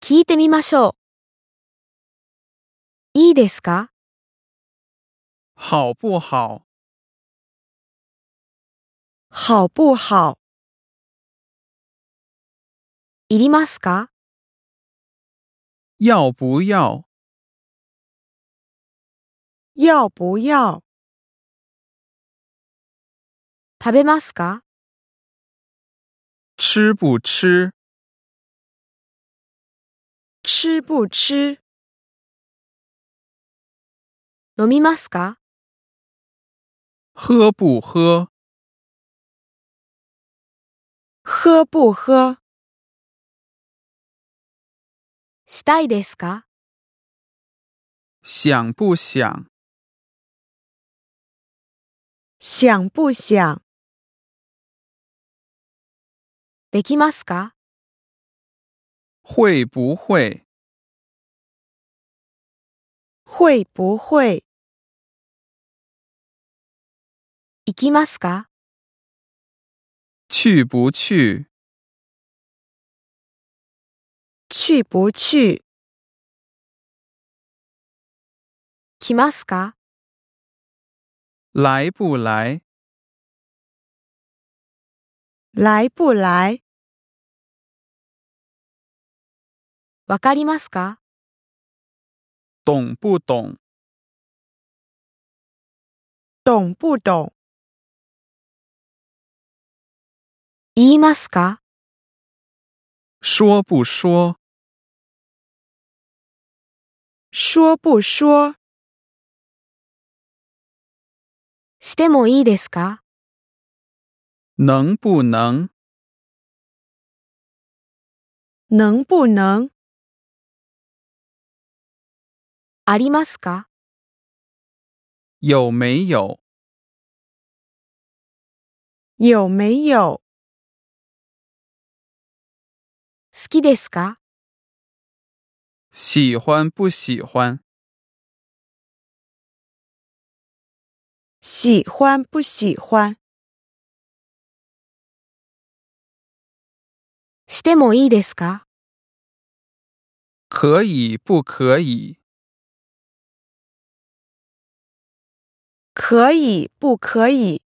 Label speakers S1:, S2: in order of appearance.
S1: 聞いてみましょう。いいですか
S2: 好不好？
S3: 好不好？
S1: いりますか
S2: 要不要？
S3: 要不要？
S1: 食べますか
S2: 吃不吃？
S3: 吃不吃？
S1: 飲みますか
S2: 喝不喝？
S3: 喝不喝？
S1: したいですか
S2: 想不想？
S3: 想不想？
S1: できますか
S2: 会不会？
S3: 会不会？
S1: 行きますか
S2: 去不去？
S3: 去不去？
S1: 来ますか
S2: 来不来？
S3: 来不来？
S1: わかりますか
S2: 懂不懂？
S3: 懂不懂？
S1: 言いますか
S2: 说不说？
S3: 说不说？
S1: してもいいですか
S2: 能不能？
S3: 能不能？
S1: ありますか
S2: 有没有？
S3: 有没有？
S1: 好きですか
S2: 喜欢不喜欢？
S3: 喜欢不喜欢？
S1: してもいいですか
S2: 可以不可以？
S3: 可以不可以？